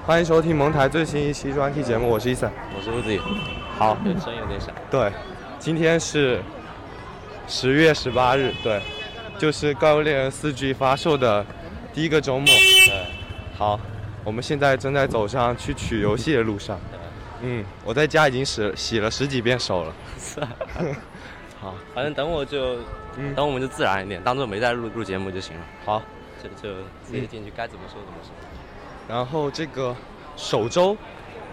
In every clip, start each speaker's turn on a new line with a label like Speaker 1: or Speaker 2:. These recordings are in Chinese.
Speaker 1: 欢迎收听蒙台最新一期专题节目，我是伊森。
Speaker 2: 我是 Uzi，
Speaker 1: 好，
Speaker 2: 声音有点小。
Speaker 1: 对，今天是十月十八日，对，就是《怪物猎人》四 G 发售的第一个周末。
Speaker 2: 对，
Speaker 1: 好，我们现在正在走上去取游戏的路上。嗯，我在家已经洗洗了十几遍手了。好，
Speaker 2: 反正等我就，
Speaker 1: 嗯
Speaker 2: 等我们就自然一点，当做没在录录节目就行了。
Speaker 1: 好。
Speaker 2: 就就直接进去，该怎么说怎么说。
Speaker 1: 然后这个首周《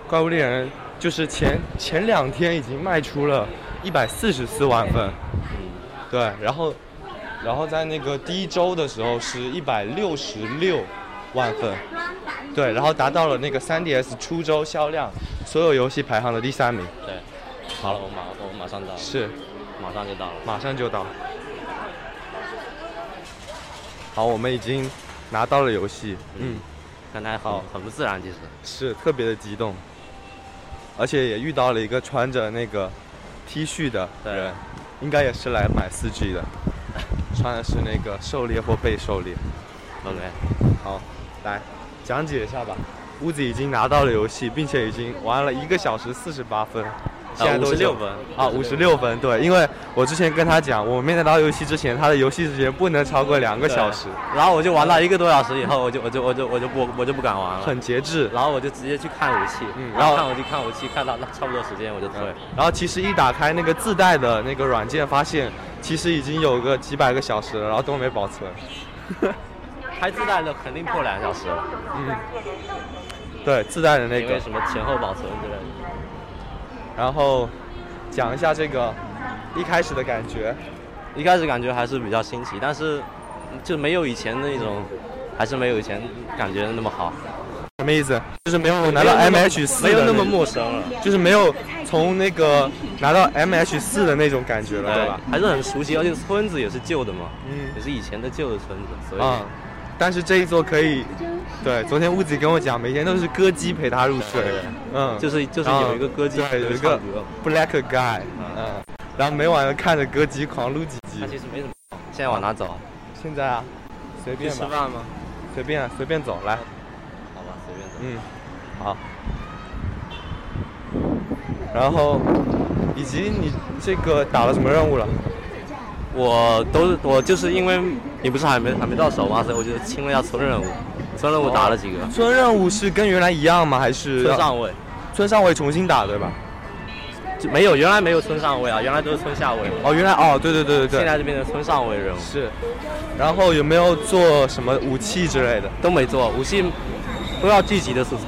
Speaker 1: 怪物猎人》就是前前两天已经卖出了一百四十四万份，
Speaker 2: 嗯，
Speaker 1: 对，然后然后在那个第一周的时候是一百六十六万份，对，然后达到了那个 3DS 初周销量所有游戏排行的第三名，
Speaker 2: 对。好了，我马我马上到了，
Speaker 1: 是
Speaker 2: 马上就到了。
Speaker 1: 马上就到。好，我们已经拿到了游戏，嗯，
Speaker 2: 刚才好，很不自然，其实。
Speaker 1: 是特别的激动，而且也遇到了一个穿着那个 T 恤的人
Speaker 2: 对，
Speaker 1: 应该也是来买4 G 的，穿的是那个狩猎或被狩猎。
Speaker 2: OK，
Speaker 1: 好，来讲解一下吧。屋子已经拿到了游戏，并且已经玩了一个小时四十八分，现在都
Speaker 2: 56分
Speaker 1: 啊，五十六分。对，因为我之前跟他讲，我没拿到游戏之前，他的游戏时间不能超过两个小时，
Speaker 2: 对。然后我就玩到一个多小时以后，我就我就我就我就不我就不敢玩了。
Speaker 1: 很节制。
Speaker 2: 然后我就直接去看武器，
Speaker 1: 嗯
Speaker 2: 然后嗯
Speaker 1: 然
Speaker 2: 看
Speaker 1: 后
Speaker 2: 武器看武器，看到那差不多时间我就退。
Speaker 1: 然后其实一打开那个自带的那个软件，发现其实已经有个几百个小时了，然后都没保存。
Speaker 2: 开自带的肯定破两小时了，
Speaker 1: 嗯，对，自带的那
Speaker 2: 因为
Speaker 1: 个。
Speaker 2: 什么前后保存之类的。
Speaker 1: 然后讲一下这个一开始的感觉。
Speaker 2: 一开始感觉还是比较新奇，但是嗯就没有以前那种，还是没有以前感觉那么好，
Speaker 1: 什么意思？就是没有拿到
Speaker 2: 没有那么
Speaker 1: MH 四，
Speaker 2: 没有那么陌生了，
Speaker 1: 就是没有从那个拿到 MH 四的那种感觉了，对吧？
Speaker 2: 还是很熟悉，而且村子也是旧的嘛，
Speaker 1: 嗯
Speaker 2: 也是以前的旧的村子，所以、
Speaker 1: 啊、但是这一座可以，对，昨天屋子跟我讲，每天都是歌姬陪他入睡
Speaker 2: 对对对，
Speaker 1: 嗯，
Speaker 2: 就是就是有一个歌姬
Speaker 1: 然后对，有一
Speaker 2: 唱
Speaker 1: 个
Speaker 2: 歌，
Speaker 1: black guy，嗯，然后每晚都看着歌姬狂撸几
Speaker 2: 那其
Speaker 1: 集。
Speaker 2: 实没什么好。现在往哪走？
Speaker 1: 现在啊，随便吧，
Speaker 2: 饭吗？
Speaker 1: 随便啊随便走来，
Speaker 2: 好吧，随便走。
Speaker 1: 嗯，好。然后，以及你这个打了什么任务了？
Speaker 2: 我都是我就是因为你不是还没还没到手吗？所以我就清了一下村任务，村任务打了几个，
Speaker 1: 村哦任务是跟原来一样吗？还是
Speaker 2: 村上位
Speaker 1: 村上位重新打对吧？
Speaker 2: 就没有，原来没有村上位啊，原来都是村下位，
Speaker 1: 哦，原来哦，对对对对对，
Speaker 2: 现在就变成村上位任务，
Speaker 1: 是。然后有没有做什么武器之类的？
Speaker 2: 都没做，武器都要聚集的素材，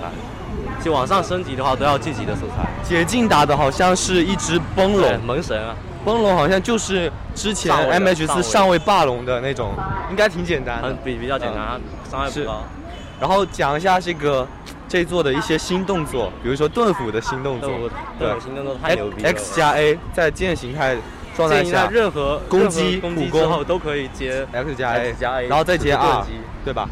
Speaker 2: 就往上升级的话都要聚集的素材。
Speaker 1: 解禁打的好像是一只崩
Speaker 2: 对，
Speaker 1: 龙，
Speaker 2: 门神啊，
Speaker 1: 崩龙好像就是之前
Speaker 2: 上位的
Speaker 1: MH
Speaker 2: 上
Speaker 1: 四
Speaker 2: 位
Speaker 1: 上位霸龙的那种，应该挺简单的
Speaker 2: 很。比比较简单，伤害
Speaker 1: 啊
Speaker 2: 不
Speaker 1: 是
Speaker 2: 高。
Speaker 1: 然后讲一下这个这一座的一些新动作，比如说盾斧的新动作
Speaker 2: 但我，但
Speaker 1: 对
Speaker 2: 我心动都太牛逼了。
Speaker 1: ，X 加 A 在剑形态状态
Speaker 2: 建议在
Speaker 1: 下
Speaker 2: 任何
Speaker 1: 攻击
Speaker 2: 任何攻击
Speaker 1: 普攻
Speaker 2: 之后都可以接，
Speaker 1: ，X 加 A，
Speaker 2: X 加 A，
Speaker 1: 然后再接
Speaker 2: 这个
Speaker 1: R，
Speaker 2: 盾击
Speaker 1: 对吧？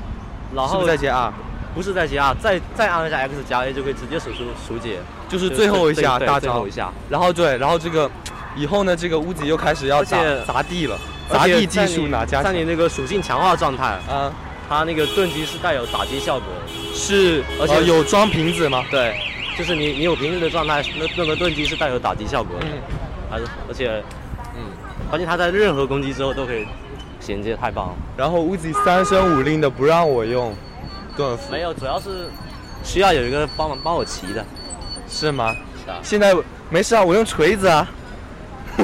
Speaker 2: 然
Speaker 1: 是不
Speaker 2: 后
Speaker 1: 是再接 R？
Speaker 2: 不是在接啊，再再按一下 X 加 A 就可以直接数出数解，
Speaker 1: 就是最后一下
Speaker 2: 对对
Speaker 1: 大
Speaker 2: 最后
Speaker 1: 招
Speaker 2: 一，下。
Speaker 1: 然后对，然后这个以后呢，这个屋子又开始要砸
Speaker 2: 而且
Speaker 1: 砸地了，砸地技术哪家
Speaker 2: 在
Speaker 1: 强？
Speaker 2: 你那个属性强化状态，
Speaker 1: 啊，
Speaker 2: 它那个盾击是带有打击效果的。
Speaker 1: 是
Speaker 2: 而且
Speaker 1: 呃有装瓶子吗？
Speaker 2: 对，就是你你有平时的状态，那那个盾击是带有打击效果的，
Speaker 1: 嗯
Speaker 2: 而、而且
Speaker 1: 嗯。
Speaker 2: 关键它在任何攻击之后都可以衔接，太棒了。
Speaker 1: 然后屋子三声五令的不让我用盾斧，
Speaker 2: 没有，主要是需要有一个帮忙帮我骑的。
Speaker 1: 是吗？
Speaker 2: 是啊，
Speaker 1: 现在没事啊，我用锤子啊，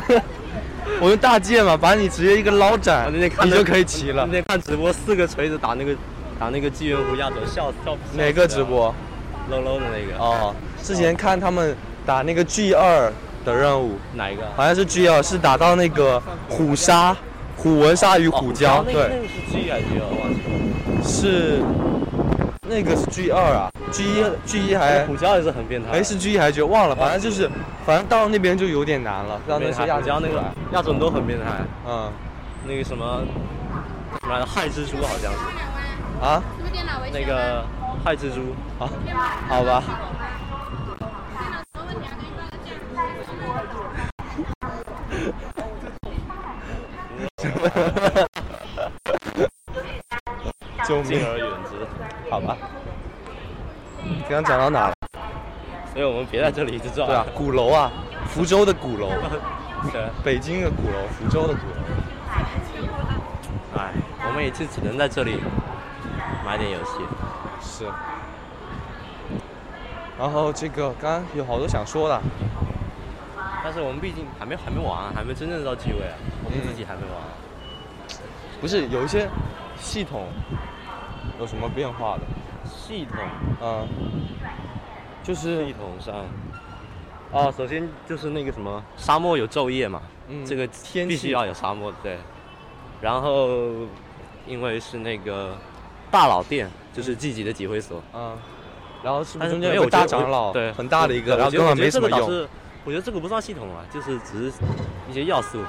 Speaker 1: 我用大剑嘛，把你直接一个捞斩，
Speaker 2: 啊那天看
Speaker 1: 你
Speaker 2: 的
Speaker 1: 就可以骑了
Speaker 2: 那。天看直播，四个锤子打那个打那个纪元湖压轴，笑笑。
Speaker 1: 哪个直播？
Speaker 2: ？low low 的那个。
Speaker 1: 哦，之前看他们打那个 G 二的任务，
Speaker 2: 哪一个？
Speaker 1: 好像是 G 二，是打到那个虎鲨、虎纹鲨与虎
Speaker 2: 哦
Speaker 1: 蛟，
Speaker 2: 那个
Speaker 1: 对，
Speaker 2: 那个是 G 还是 G 哦我忘记了。
Speaker 1: 是那个是 G 二啊，G 一 G 一还
Speaker 2: 虎蛟也是很变态。
Speaker 1: 哎是 G 一还是 G 忘了，反正就是反正到那边就有点难了，让那
Speaker 2: 变态
Speaker 1: 些亚
Speaker 2: 虎蛟
Speaker 1: 洲
Speaker 2: 那
Speaker 1: 那
Speaker 2: 个
Speaker 1: 个，
Speaker 2: 亚种都很变态，
Speaker 1: 嗯
Speaker 2: 那个什么什么来着害蜘蛛好像是
Speaker 1: 啊
Speaker 2: 那个害蜘蛛，
Speaker 1: 好，好 吧。救命
Speaker 2: 敬！而远之。
Speaker 1: 啊好吧。刚刚讲到哪了？
Speaker 2: 所以我们别在这里一直转。
Speaker 1: 对啊，鼓楼啊，福州的鼓楼，
Speaker 2: 对，
Speaker 1: 北京的鼓楼，福州的鼓楼。
Speaker 2: 哎，我们也就只能在这里买点游戏。
Speaker 1: 是。然后这个刚刚有好多想说的，
Speaker 2: 但是我们毕竟还没还没玩啊，还没真正到 G 位啊，我们自己还没玩啊。
Speaker 1: 不是有一些系统有什么变化的？
Speaker 2: 系统
Speaker 1: 嗯，就是
Speaker 2: 系统上，哦，首先就是那个什么沙漠有昼夜嘛，
Speaker 1: 嗯
Speaker 2: 这个啊
Speaker 1: 天
Speaker 2: 必
Speaker 1: 气
Speaker 2: 须要有沙漠对。然后因为是那个大佬店，就是季己的集会所，
Speaker 1: 嗯，然后是不
Speaker 2: 但
Speaker 1: 是中
Speaker 2: 是
Speaker 1: 间
Speaker 2: 没
Speaker 1: 有
Speaker 2: 有
Speaker 1: 个大长老，
Speaker 2: 对，
Speaker 1: 很大的一个，
Speaker 2: 我
Speaker 1: 然后
Speaker 2: 觉得
Speaker 1: 根本没
Speaker 2: 我觉得
Speaker 1: 什
Speaker 2: 这
Speaker 1: 么
Speaker 2: 个倒
Speaker 1: 用，
Speaker 2: 是，我觉得这个不算系统了，就是只是一些要素，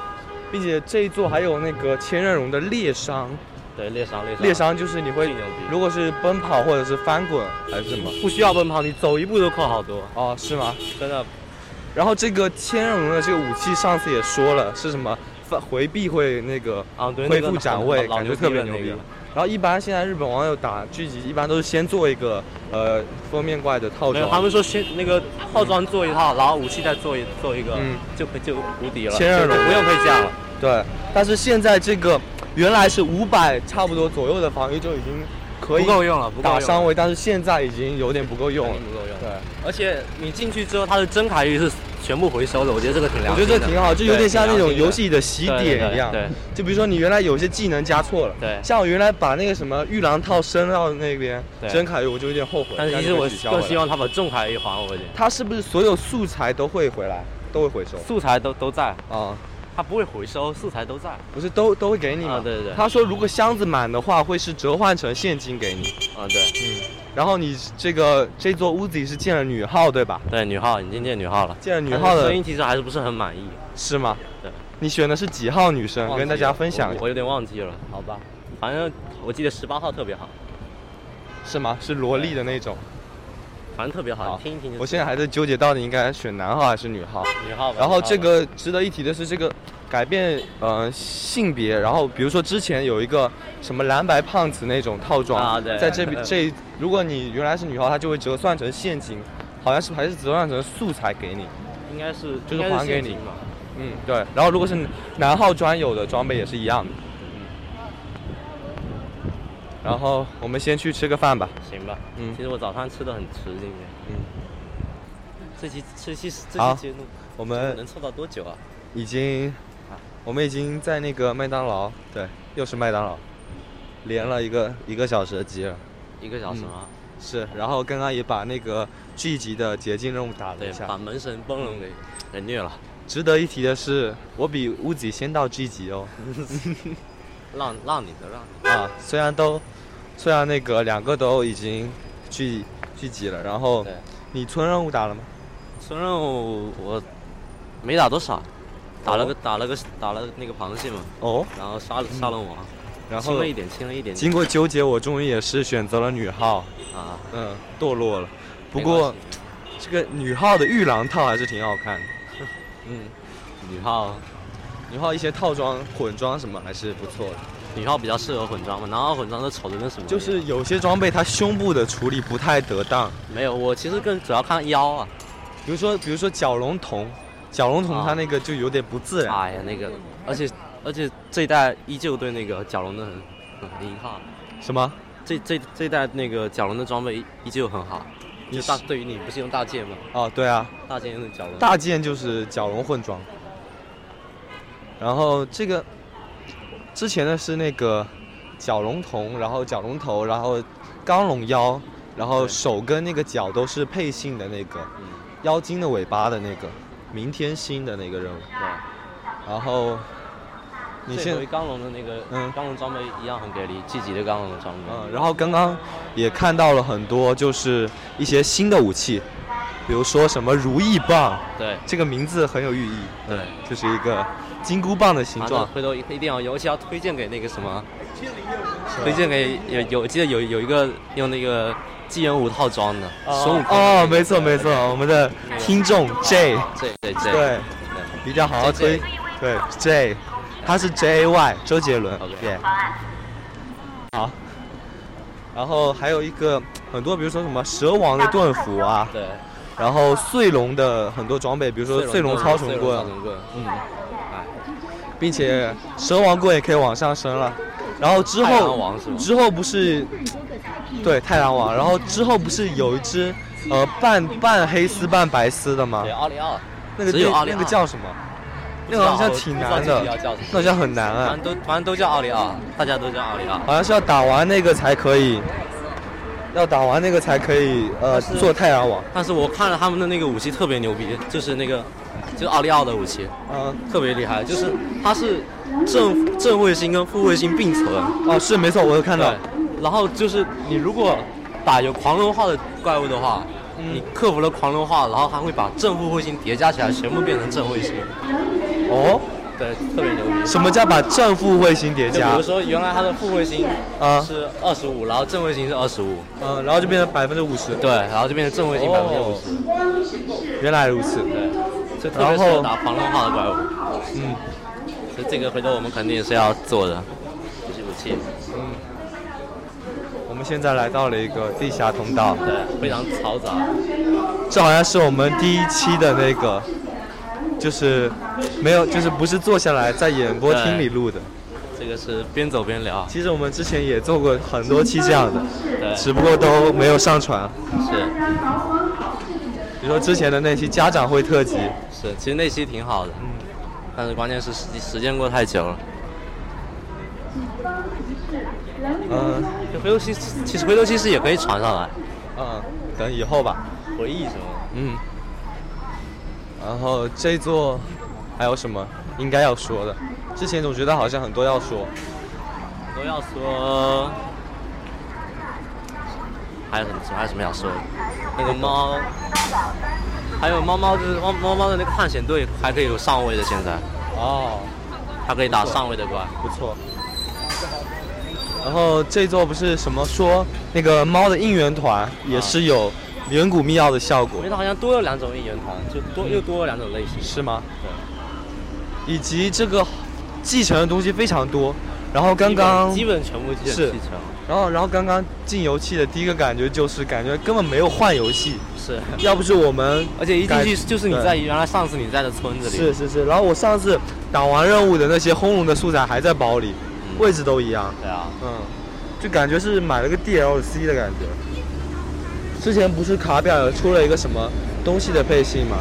Speaker 1: 并且这一座还有那个千仞龙的猎伤，
Speaker 2: 对，猎伤猎伤
Speaker 1: 猎伤就是你会
Speaker 2: 最牛逼
Speaker 1: 如果是奔跑或者是翻滚还是什么？
Speaker 2: 不需要奔跑，你走一步都扣好多，
Speaker 1: 哦，是吗？
Speaker 2: 真的
Speaker 1: 然后这个千仞龙的这个武器上次也说了是什么？翻回避会那个
Speaker 2: 啊，对，
Speaker 1: 恢
Speaker 2: 那
Speaker 1: 复
Speaker 2: 个
Speaker 1: 展
Speaker 2: 老
Speaker 1: 位，
Speaker 2: 老
Speaker 1: 感觉
Speaker 2: 牛
Speaker 1: 特别
Speaker 2: 了
Speaker 1: 牛
Speaker 2: 那
Speaker 1: 逼
Speaker 2: 个。
Speaker 1: 然后一般现在日本网友打剧集，一般都是先做一个呃封面怪的套
Speaker 2: 没有，他
Speaker 1: 装，
Speaker 2: 们说先那个套装做一套，然后武器再做一做一个，
Speaker 1: 嗯
Speaker 2: 就可就无敌了，
Speaker 1: 千仞龙
Speaker 2: 就不用配架了。
Speaker 1: 对。但是现在这个原来是五百差不多左右的防御就已经可以
Speaker 2: 不够用了，不够用
Speaker 1: 打
Speaker 2: 了
Speaker 1: 伤位，但是现在已经有点不够用
Speaker 2: 肯
Speaker 1: 了
Speaker 2: 定。不够用。
Speaker 1: 对，
Speaker 2: 而且你进去之后，它的真卡率是全部回收的，我觉得这个挺
Speaker 1: 我
Speaker 2: 良
Speaker 1: 觉得
Speaker 2: 心的。
Speaker 1: 这挺好，就有点像那种游戏的洗
Speaker 2: 对
Speaker 1: 点一样。
Speaker 2: 对对
Speaker 1: 就比如说你原来有些技能加错了，
Speaker 2: 对
Speaker 1: 像我原来把那个什么玉狼套升到那边
Speaker 2: 对
Speaker 1: 真卡玉，我就有点后悔。
Speaker 2: 但是其实
Speaker 1: 就
Speaker 2: 我
Speaker 1: 被取消回
Speaker 2: 更
Speaker 1: 来
Speaker 2: 希望他把重卡率还我一点，
Speaker 1: 它是不是所有素材都会回来，都会回收
Speaker 2: 素材都都在，
Speaker 1: 啊？
Speaker 2: 他不会回收，素材都在。
Speaker 1: 不是都都会给你吗？
Speaker 2: 啊对对对
Speaker 1: 他说如果箱子满的话，会是折换成现金给你。
Speaker 2: 啊，对
Speaker 1: 然后你这个这座屋子是建了女号对吧？
Speaker 2: 对，女号，你进见女号了。
Speaker 1: 建了女号
Speaker 2: 她
Speaker 1: 的
Speaker 2: 声音其实还是不是很满意，
Speaker 1: 是吗？
Speaker 2: 对。
Speaker 1: 你选的是几号女生？
Speaker 2: 忘记
Speaker 1: 哦跟大
Speaker 2: 了
Speaker 1: 家分享一
Speaker 2: 我
Speaker 1: 下
Speaker 2: 我，有点忘记了，
Speaker 1: 好吧？
Speaker 2: 反正我记得十八号特别好，
Speaker 1: 是吗？是萝莉的那种。
Speaker 2: 反正特别好，
Speaker 1: 好
Speaker 2: 你听一听就知道。
Speaker 1: 我现在还在纠结到底应该选男号还是女号。
Speaker 2: 女号吧。
Speaker 1: 然后
Speaker 2: 女号
Speaker 1: 这
Speaker 2: 吧
Speaker 1: 个值得一提的是，这个改变呃性别，然后比如说之前有一个什么蓝白胖子那种套装，
Speaker 2: 啊对
Speaker 1: 在这边这如果你原来是女号，它就会折算成现金，好像是还是折算成素材给你。
Speaker 2: 应该是
Speaker 1: 就是
Speaker 2: 应该
Speaker 1: 还给
Speaker 2: 现
Speaker 1: 你
Speaker 2: 金嘛。
Speaker 1: 嗯，对。然后如果是男号专有的装备也是一样的。
Speaker 2: 嗯
Speaker 1: 然后我们先去吃个饭吧。
Speaker 2: 行吧，
Speaker 1: 嗯
Speaker 2: 其实我早上吃的很迟，今天。
Speaker 1: 嗯，
Speaker 2: 这期这期这
Speaker 1: 好呃
Speaker 2: 期节目
Speaker 1: 我
Speaker 2: 节目
Speaker 1: 们
Speaker 2: 能凑到多久啊？
Speaker 1: 已经，呃我们已经在那个麦当劳，对，又是麦当劳，连了一个一个小时的鸡了。
Speaker 2: 一个小时吗？
Speaker 1: 是，然后刚刚也把那个 G 级的捷径任务打了
Speaker 2: 对
Speaker 1: 一，下嗯
Speaker 2: 把。门神崩了给人虐了，
Speaker 1: 值得一提的是，我比乌子先到 G 级哦。
Speaker 2: 让让你的让你
Speaker 1: 啊，虽然都，虽然那个两个都已经 G G 级了，然后
Speaker 2: 的。对，
Speaker 1: 你村任务打了吗？
Speaker 2: 孙任务我没打多少，打了个
Speaker 1: 哦
Speaker 2: 打了个打了那个螃蟹嘛，
Speaker 1: 哦，
Speaker 2: 然后杀了杀了王，
Speaker 1: 然
Speaker 2: 轻
Speaker 1: 后
Speaker 2: 了一点，轻了一点点
Speaker 1: 经过纠结，我终于也是选择了女号，
Speaker 2: 啊。
Speaker 1: 嗯，堕落了。不
Speaker 2: 没
Speaker 1: 过
Speaker 2: 关系
Speaker 1: 这个女号的玉狼套还是挺好 看的，嗯，
Speaker 2: 女号
Speaker 1: 女号一些套装、混装什么还是不错的。
Speaker 2: 女号比较适合混装嘛，男号混装都丑的跟什么一样。
Speaker 1: 就是有些装备它胸部的处理不太得当，
Speaker 2: 没有，我其实更主要看腰啊。
Speaker 1: 比如说，比如说角龙瞳，角龙瞳
Speaker 2: 啊
Speaker 1: 它那个就有点不自然。
Speaker 2: 哎呀，那个，而且而且这一代依旧对那个角龙的很很很遗憾。
Speaker 1: 什么？
Speaker 2: 这这这一代那个角龙的装备依依旧很好，
Speaker 1: 你
Speaker 2: 就是大对于你不是用大剑吗？
Speaker 1: 哦，对啊，
Speaker 2: 大剑用的角龙。
Speaker 1: 大件就是角龙混装。然后这个之前的是那个角龙瞳，然后角龙头，然后钢龙腰，然后
Speaker 2: 对
Speaker 1: 手跟那个脚都是配性的那个
Speaker 2: 嗯，
Speaker 1: 妖精的尾巴的那个明天星的那个任务。
Speaker 2: 对。
Speaker 1: 然后你
Speaker 2: 这
Speaker 1: 现
Speaker 2: 回钢龙的那个，
Speaker 1: 嗯
Speaker 2: 钢龙装备一样很给力，积极的钢龙的装备。
Speaker 1: 嗯，然后刚刚也看到了很多，就是一些新的武器，比如说什么如意棒，
Speaker 2: 对
Speaker 1: 这个名字很有寓意，
Speaker 2: 对，
Speaker 1: 就是一个金箍棒的形
Speaker 2: 反正
Speaker 1: 状。
Speaker 2: 回头一一定要，尤其要推荐给那个什么，推荐给有有，我记得有有一个用那个纪元五套装的孙悟空。
Speaker 1: 哦，没错没错，我们的听众 J，
Speaker 2: 这这这。
Speaker 1: 对，一定要好好
Speaker 2: J
Speaker 1: 推，对 J，他是 J A Y，周杰伦
Speaker 2: OK，
Speaker 1: 耶。好，然后还有一个很多，比如说什么蛇王的盾符啊，
Speaker 2: 对，
Speaker 1: 然后穗龙的很多装备，比如说穗龙操
Speaker 2: 穗
Speaker 1: 虫
Speaker 2: 龙
Speaker 1: 棍
Speaker 2: 操，虫棍，
Speaker 1: 嗯，
Speaker 2: 哎，
Speaker 1: 并且蛇王棍也可以往上升了。然后之
Speaker 2: 太阳
Speaker 1: 后
Speaker 2: 王是吗
Speaker 1: 之后不是，对太阳王，然后之后不是有一只呃半半黑丝半白丝的吗
Speaker 2: 对，？奥利奥，
Speaker 1: 那个
Speaker 2: 只有
Speaker 1: 那
Speaker 2: 奥利
Speaker 1: 那
Speaker 2: 奥
Speaker 1: 个叫什么？啊那个好像挺难
Speaker 2: 不知道
Speaker 1: 的
Speaker 2: 具体要叫什，么
Speaker 1: 那好像很难
Speaker 2: 反
Speaker 1: 啊
Speaker 2: 正，都反正都叫奥利奥，大家都叫奥利奥。
Speaker 1: 好像是要打完那个才可以，要打完那个才可以呃
Speaker 2: 是
Speaker 1: 做太阳王。
Speaker 2: 但是我看了他们的那个武器特别牛逼，就是那个就是奥利奥的武器
Speaker 1: 嗯、
Speaker 2: 特别厉害，就是它是正正卫星跟副卫星并存，
Speaker 1: 哦是没错，我有看到
Speaker 2: 对。然后就是你如果打有狂龙化的怪物的话，
Speaker 1: 嗯
Speaker 2: 你克服了狂龙化，然后它会把正副卫星叠加起来，全部变成正卫星，
Speaker 1: 哦，
Speaker 2: 对，特别牛逼。
Speaker 1: 什么叫把正负卫星叠
Speaker 2: 就比
Speaker 1: 加
Speaker 2: 如？说，原来它的副卫星
Speaker 1: 啊
Speaker 2: 是二十五，然后正卫星是二十五，
Speaker 1: 嗯，然后就变成百分之五十。
Speaker 2: 对，然后就变成正卫星百分之五
Speaker 1: 哦
Speaker 2: 十，
Speaker 1: 原来如此。
Speaker 2: 对，所以特别
Speaker 1: 然
Speaker 2: 适合
Speaker 1: 后
Speaker 2: 打狂龙化的怪物。
Speaker 1: 嗯，
Speaker 2: 所以这个回头我们肯定也是要做的，不是武器，
Speaker 1: 我们现在来到了一个地下通道，
Speaker 2: 对，非常嘈杂，
Speaker 1: 这好像是我们第一期的那个，就是没有，就是不是坐下来在演播厅里录的。
Speaker 2: 这个是边走边聊，
Speaker 1: 其实我们之前也做过很多期这样的，
Speaker 2: 对，
Speaker 1: 只不过都没有上传。
Speaker 2: 是
Speaker 1: 比如说之前的那期家长会特辑，
Speaker 2: 是，其实那期挺好的，但是关键是时时间过太久了。
Speaker 1: 嗯
Speaker 2: 就回头其实其实回头其实也可以传上来，
Speaker 1: 嗯，等以后吧。
Speaker 2: 回忆什么
Speaker 1: 嗯，然后这座还有什么应该要说的？之前总觉得好像很多要说，
Speaker 2: 的都要说。还有什么？还有什么要说的？那个猫，还有猫猫，就是猫猫猫的那个探险队，还可以有上位的，现在
Speaker 1: 哦，
Speaker 2: 还可以打上位的怪。
Speaker 1: 不错。然后这座不是什么说那个猫的应援团也是有远古密钥的效
Speaker 2: 我
Speaker 1: 果
Speaker 2: 觉，得好像多了两种应援团，就多又多了两种类型。
Speaker 1: 是吗？
Speaker 2: 对，
Speaker 1: 以及这个继承的东西非常多。然后刚刚
Speaker 2: 基本基本全部继
Speaker 1: 是
Speaker 2: 承继承，
Speaker 1: 然后然后刚刚进游戏的第一个感觉就是感觉根本没有换游戏，
Speaker 2: 是，
Speaker 1: 要不是我们
Speaker 2: 而且一进去
Speaker 1: 改
Speaker 2: 就是你
Speaker 1: 对
Speaker 2: 在原来上次你在的村子里，
Speaker 1: 是是是，然后我上次打完任务的那些轰龙的素材还在包里，
Speaker 2: 嗯
Speaker 1: 位置都一样，
Speaker 2: 对啊，
Speaker 1: 嗯，就感觉是买了个 DLC 的感觉。之前不是卡比尔出了一个什么东西的配信嘛？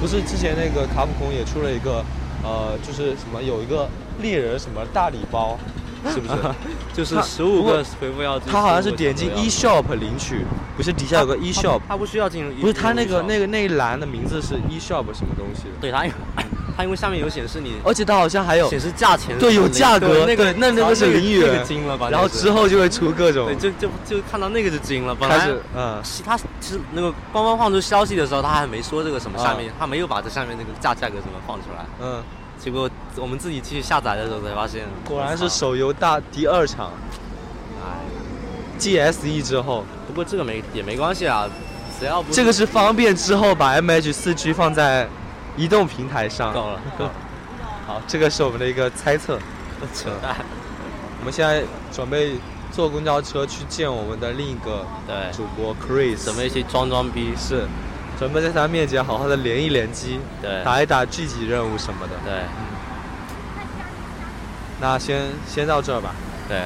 Speaker 1: 不是之前那个卡普空也出了一个，呃，就是什么有一个猎人什么大礼包，是不是？
Speaker 2: 就是
Speaker 1: 它
Speaker 2: 十五
Speaker 1: 不过
Speaker 2: 个回复要，
Speaker 1: 他好像是点进
Speaker 2: e
Speaker 1: eShop 领取，不是底下有个 eShop，
Speaker 2: 啊他不需要进入 eShop，
Speaker 1: 不是他那个那个那一栏的名字是 eShop 什么东西的，
Speaker 2: 对他因为 他因为下面有显示你
Speaker 1: 而且他好像还哦有
Speaker 2: 显示价钱，
Speaker 1: 对，有价格，
Speaker 2: 那个
Speaker 1: 对那那个是零
Speaker 2: 那
Speaker 1: 元
Speaker 2: 个，惊了吧？
Speaker 1: 然后
Speaker 2: 那是
Speaker 1: 之后就会出各种
Speaker 2: 对，就就就看到那个就惊了，本
Speaker 1: 开
Speaker 2: 来
Speaker 1: 始，嗯，
Speaker 2: 其他其实那个官方放出消息的时候，他还没说这个什么下
Speaker 1: 啊
Speaker 2: 面，他没有把这下面那个价价格什么放出来。
Speaker 1: 嗯，
Speaker 2: 结果我们自己去下载的时候才发现，
Speaker 1: 果然
Speaker 2: 我
Speaker 1: 是
Speaker 2: 操。
Speaker 1: 手游大第二场
Speaker 2: 哎，
Speaker 1: GSE 之后，
Speaker 2: 不过这个没也没关系啊，只要不
Speaker 1: 这个是方便之后把 MH 四 G 放在移动平台上。嗯
Speaker 2: 够 了，够了，
Speaker 1: 好，这个是我们的一个猜测。嗯
Speaker 2: 扯淡。
Speaker 1: 我们现在准备坐公交车去见我们的另一个
Speaker 2: 对，
Speaker 1: 主播 Chris，
Speaker 2: 准备去装装逼，
Speaker 1: 是准备在他面前好好的联一联机，
Speaker 2: 对
Speaker 1: 打一打具体任务什么的。
Speaker 2: 对
Speaker 1: 那先先到这儿吧。
Speaker 2: 对，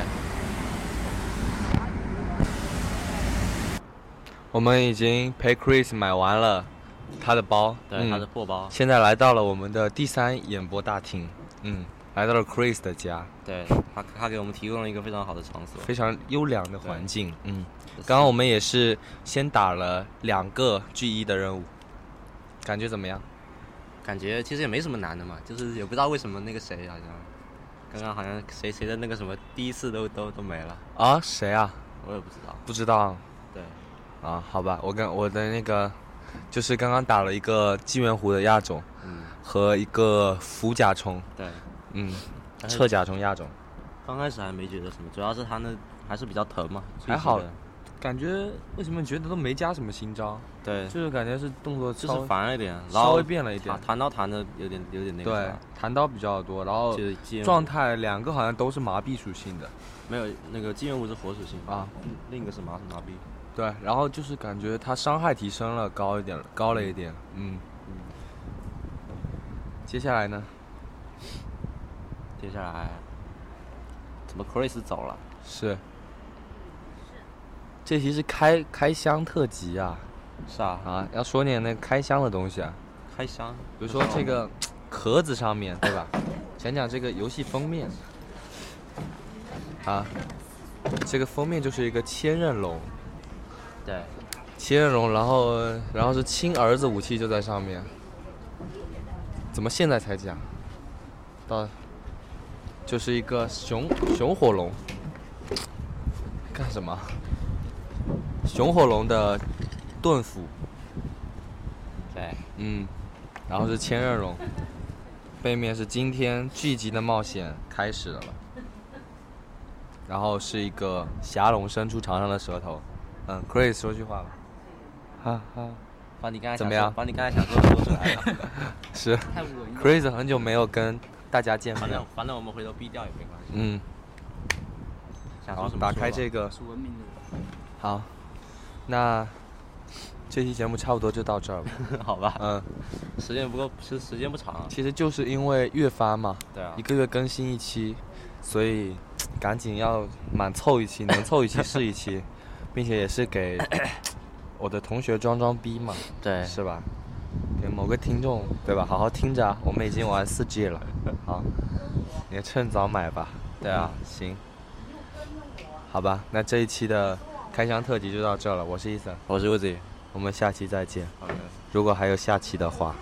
Speaker 1: 我们已经陪 Chris 买完了他的包，
Speaker 2: 对
Speaker 1: 嗯
Speaker 2: 他的破包，
Speaker 1: 现在来到了我们的第三演播大厅，嗯，来到了 Chris 的家，
Speaker 2: 对他他给我们提供了一个非常好的场所，
Speaker 1: 非常优良的环境，嗯，刚刚我们也是先打了两个 G 一的任务，感觉怎么样？
Speaker 2: 感觉其实也没什么难的嘛，就是也不知道为什么那个谁好像，刚刚好像谁谁的那个什么第一次都都都没了，
Speaker 1: 啊，谁啊？
Speaker 2: 我也不知道，
Speaker 1: 不知道
Speaker 2: 对，
Speaker 1: 啊，好吧，我跟我的那个就是刚刚打了一个纪元湖的亚种
Speaker 2: 嗯，
Speaker 1: 和一个浮甲虫，
Speaker 2: 对，
Speaker 1: 嗯，
Speaker 2: 但是
Speaker 1: 侧甲虫亚种。
Speaker 2: 刚开始还没觉得什么，主要是他那还是比较疼嘛，
Speaker 1: 还好
Speaker 2: 的，
Speaker 1: 感觉为什么觉得都没加什么新招？
Speaker 2: 对，
Speaker 1: 就是感觉是动作
Speaker 2: 就
Speaker 1: 稍
Speaker 2: 是
Speaker 1: 微
Speaker 2: 烦了一点，然
Speaker 1: 稍
Speaker 2: 后
Speaker 1: 微变了一点
Speaker 2: 弹，弹到弹的有点有点那个
Speaker 1: 对
Speaker 2: 啥，，
Speaker 1: 弹刀比较多，然后
Speaker 2: 就是基因
Speaker 1: 状态两个好像都是麻痹属性的
Speaker 2: 没有那个金元物是火属性
Speaker 1: 啊，
Speaker 2: 另一个是麻是麻痹，
Speaker 1: 对，然后就是感觉它伤害提升了，高一点，高了一点，嗯。接下来呢？
Speaker 2: 接下来，怎么 Chris 走了？
Speaker 1: 是，这题是开开箱特辑啊
Speaker 2: 是啊，
Speaker 1: 啊，要说点那个开箱的东西啊，
Speaker 2: 开箱。
Speaker 1: 比如说这个壳子上面对吧？讲讲这个游戏封面啊，这个封面就是一个千仞龙，
Speaker 2: 对，
Speaker 1: 千仞龙，然后然后是亲儿子武器就在上面，怎么现在才讲？到，就是一个熊熊火龙，干什么？熊火龙的盾斧，
Speaker 2: 对，
Speaker 1: 嗯，然后是千仞龙，背面是今天剧集的冒险开始了，然后是一个霞龙伸出长长的舌头，嗯，Chris 说句话吧，哈哈，
Speaker 2: 把你刚才
Speaker 1: 怎
Speaker 2: 想
Speaker 1: 么
Speaker 2: 说
Speaker 1: 样
Speaker 2: 把你刚才想说的啊说出 来了。
Speaker 1: 是
Speaker 2: 太恶意了。
Speaker 1: Chris 很久没有跟大家见
Speaker 2: 反
Speaker 1: 面
Speaker 2: 正
Speaker 1: 了，
Speaker 2: 反正我们回头逼掉也没关系。
Speaker 1: 嗯，
Speaker 2: 想
Speaker 1: 好
Speaker 2: 说什，么
Speaker 1: 打
Speaker 2: 说
Speaker 1: 开
Speaker 2: 吧
Speaker 1: 这个，
Speaker 3: 是文明的人。
Speaker 1: 好，那这期节目差不多就到 这儿吧，
Speaker 2: 好吧，
Speaker 1: 嗯，
Speaker 2: 时间不够，时时间不长啊。
Speaker 1: 其实就是因为月发嘛，
Speaker 2: 对啊
Speaker 1: 一，个月更新一期，所以赶紧要满凑一期，能凑一期是一 期，并且也是给我的同学装装逼嘛，
Speaker 2: 对
Speaker 1: 是吧？给某个听众对吧？好好听着啊，我们已经玩四 G 了，好，你趁早买吧。
Speaker 2: 对啊
Speaker 1: 嗯行，好吧，那这一期的开箱特辑就到这了，我是伊森，
Speaker 2: 我是 Uzi，
Speaker 1: 我们下期再见，
Speaker 2: 好的，
Speaker 1: 如果还有下期的话，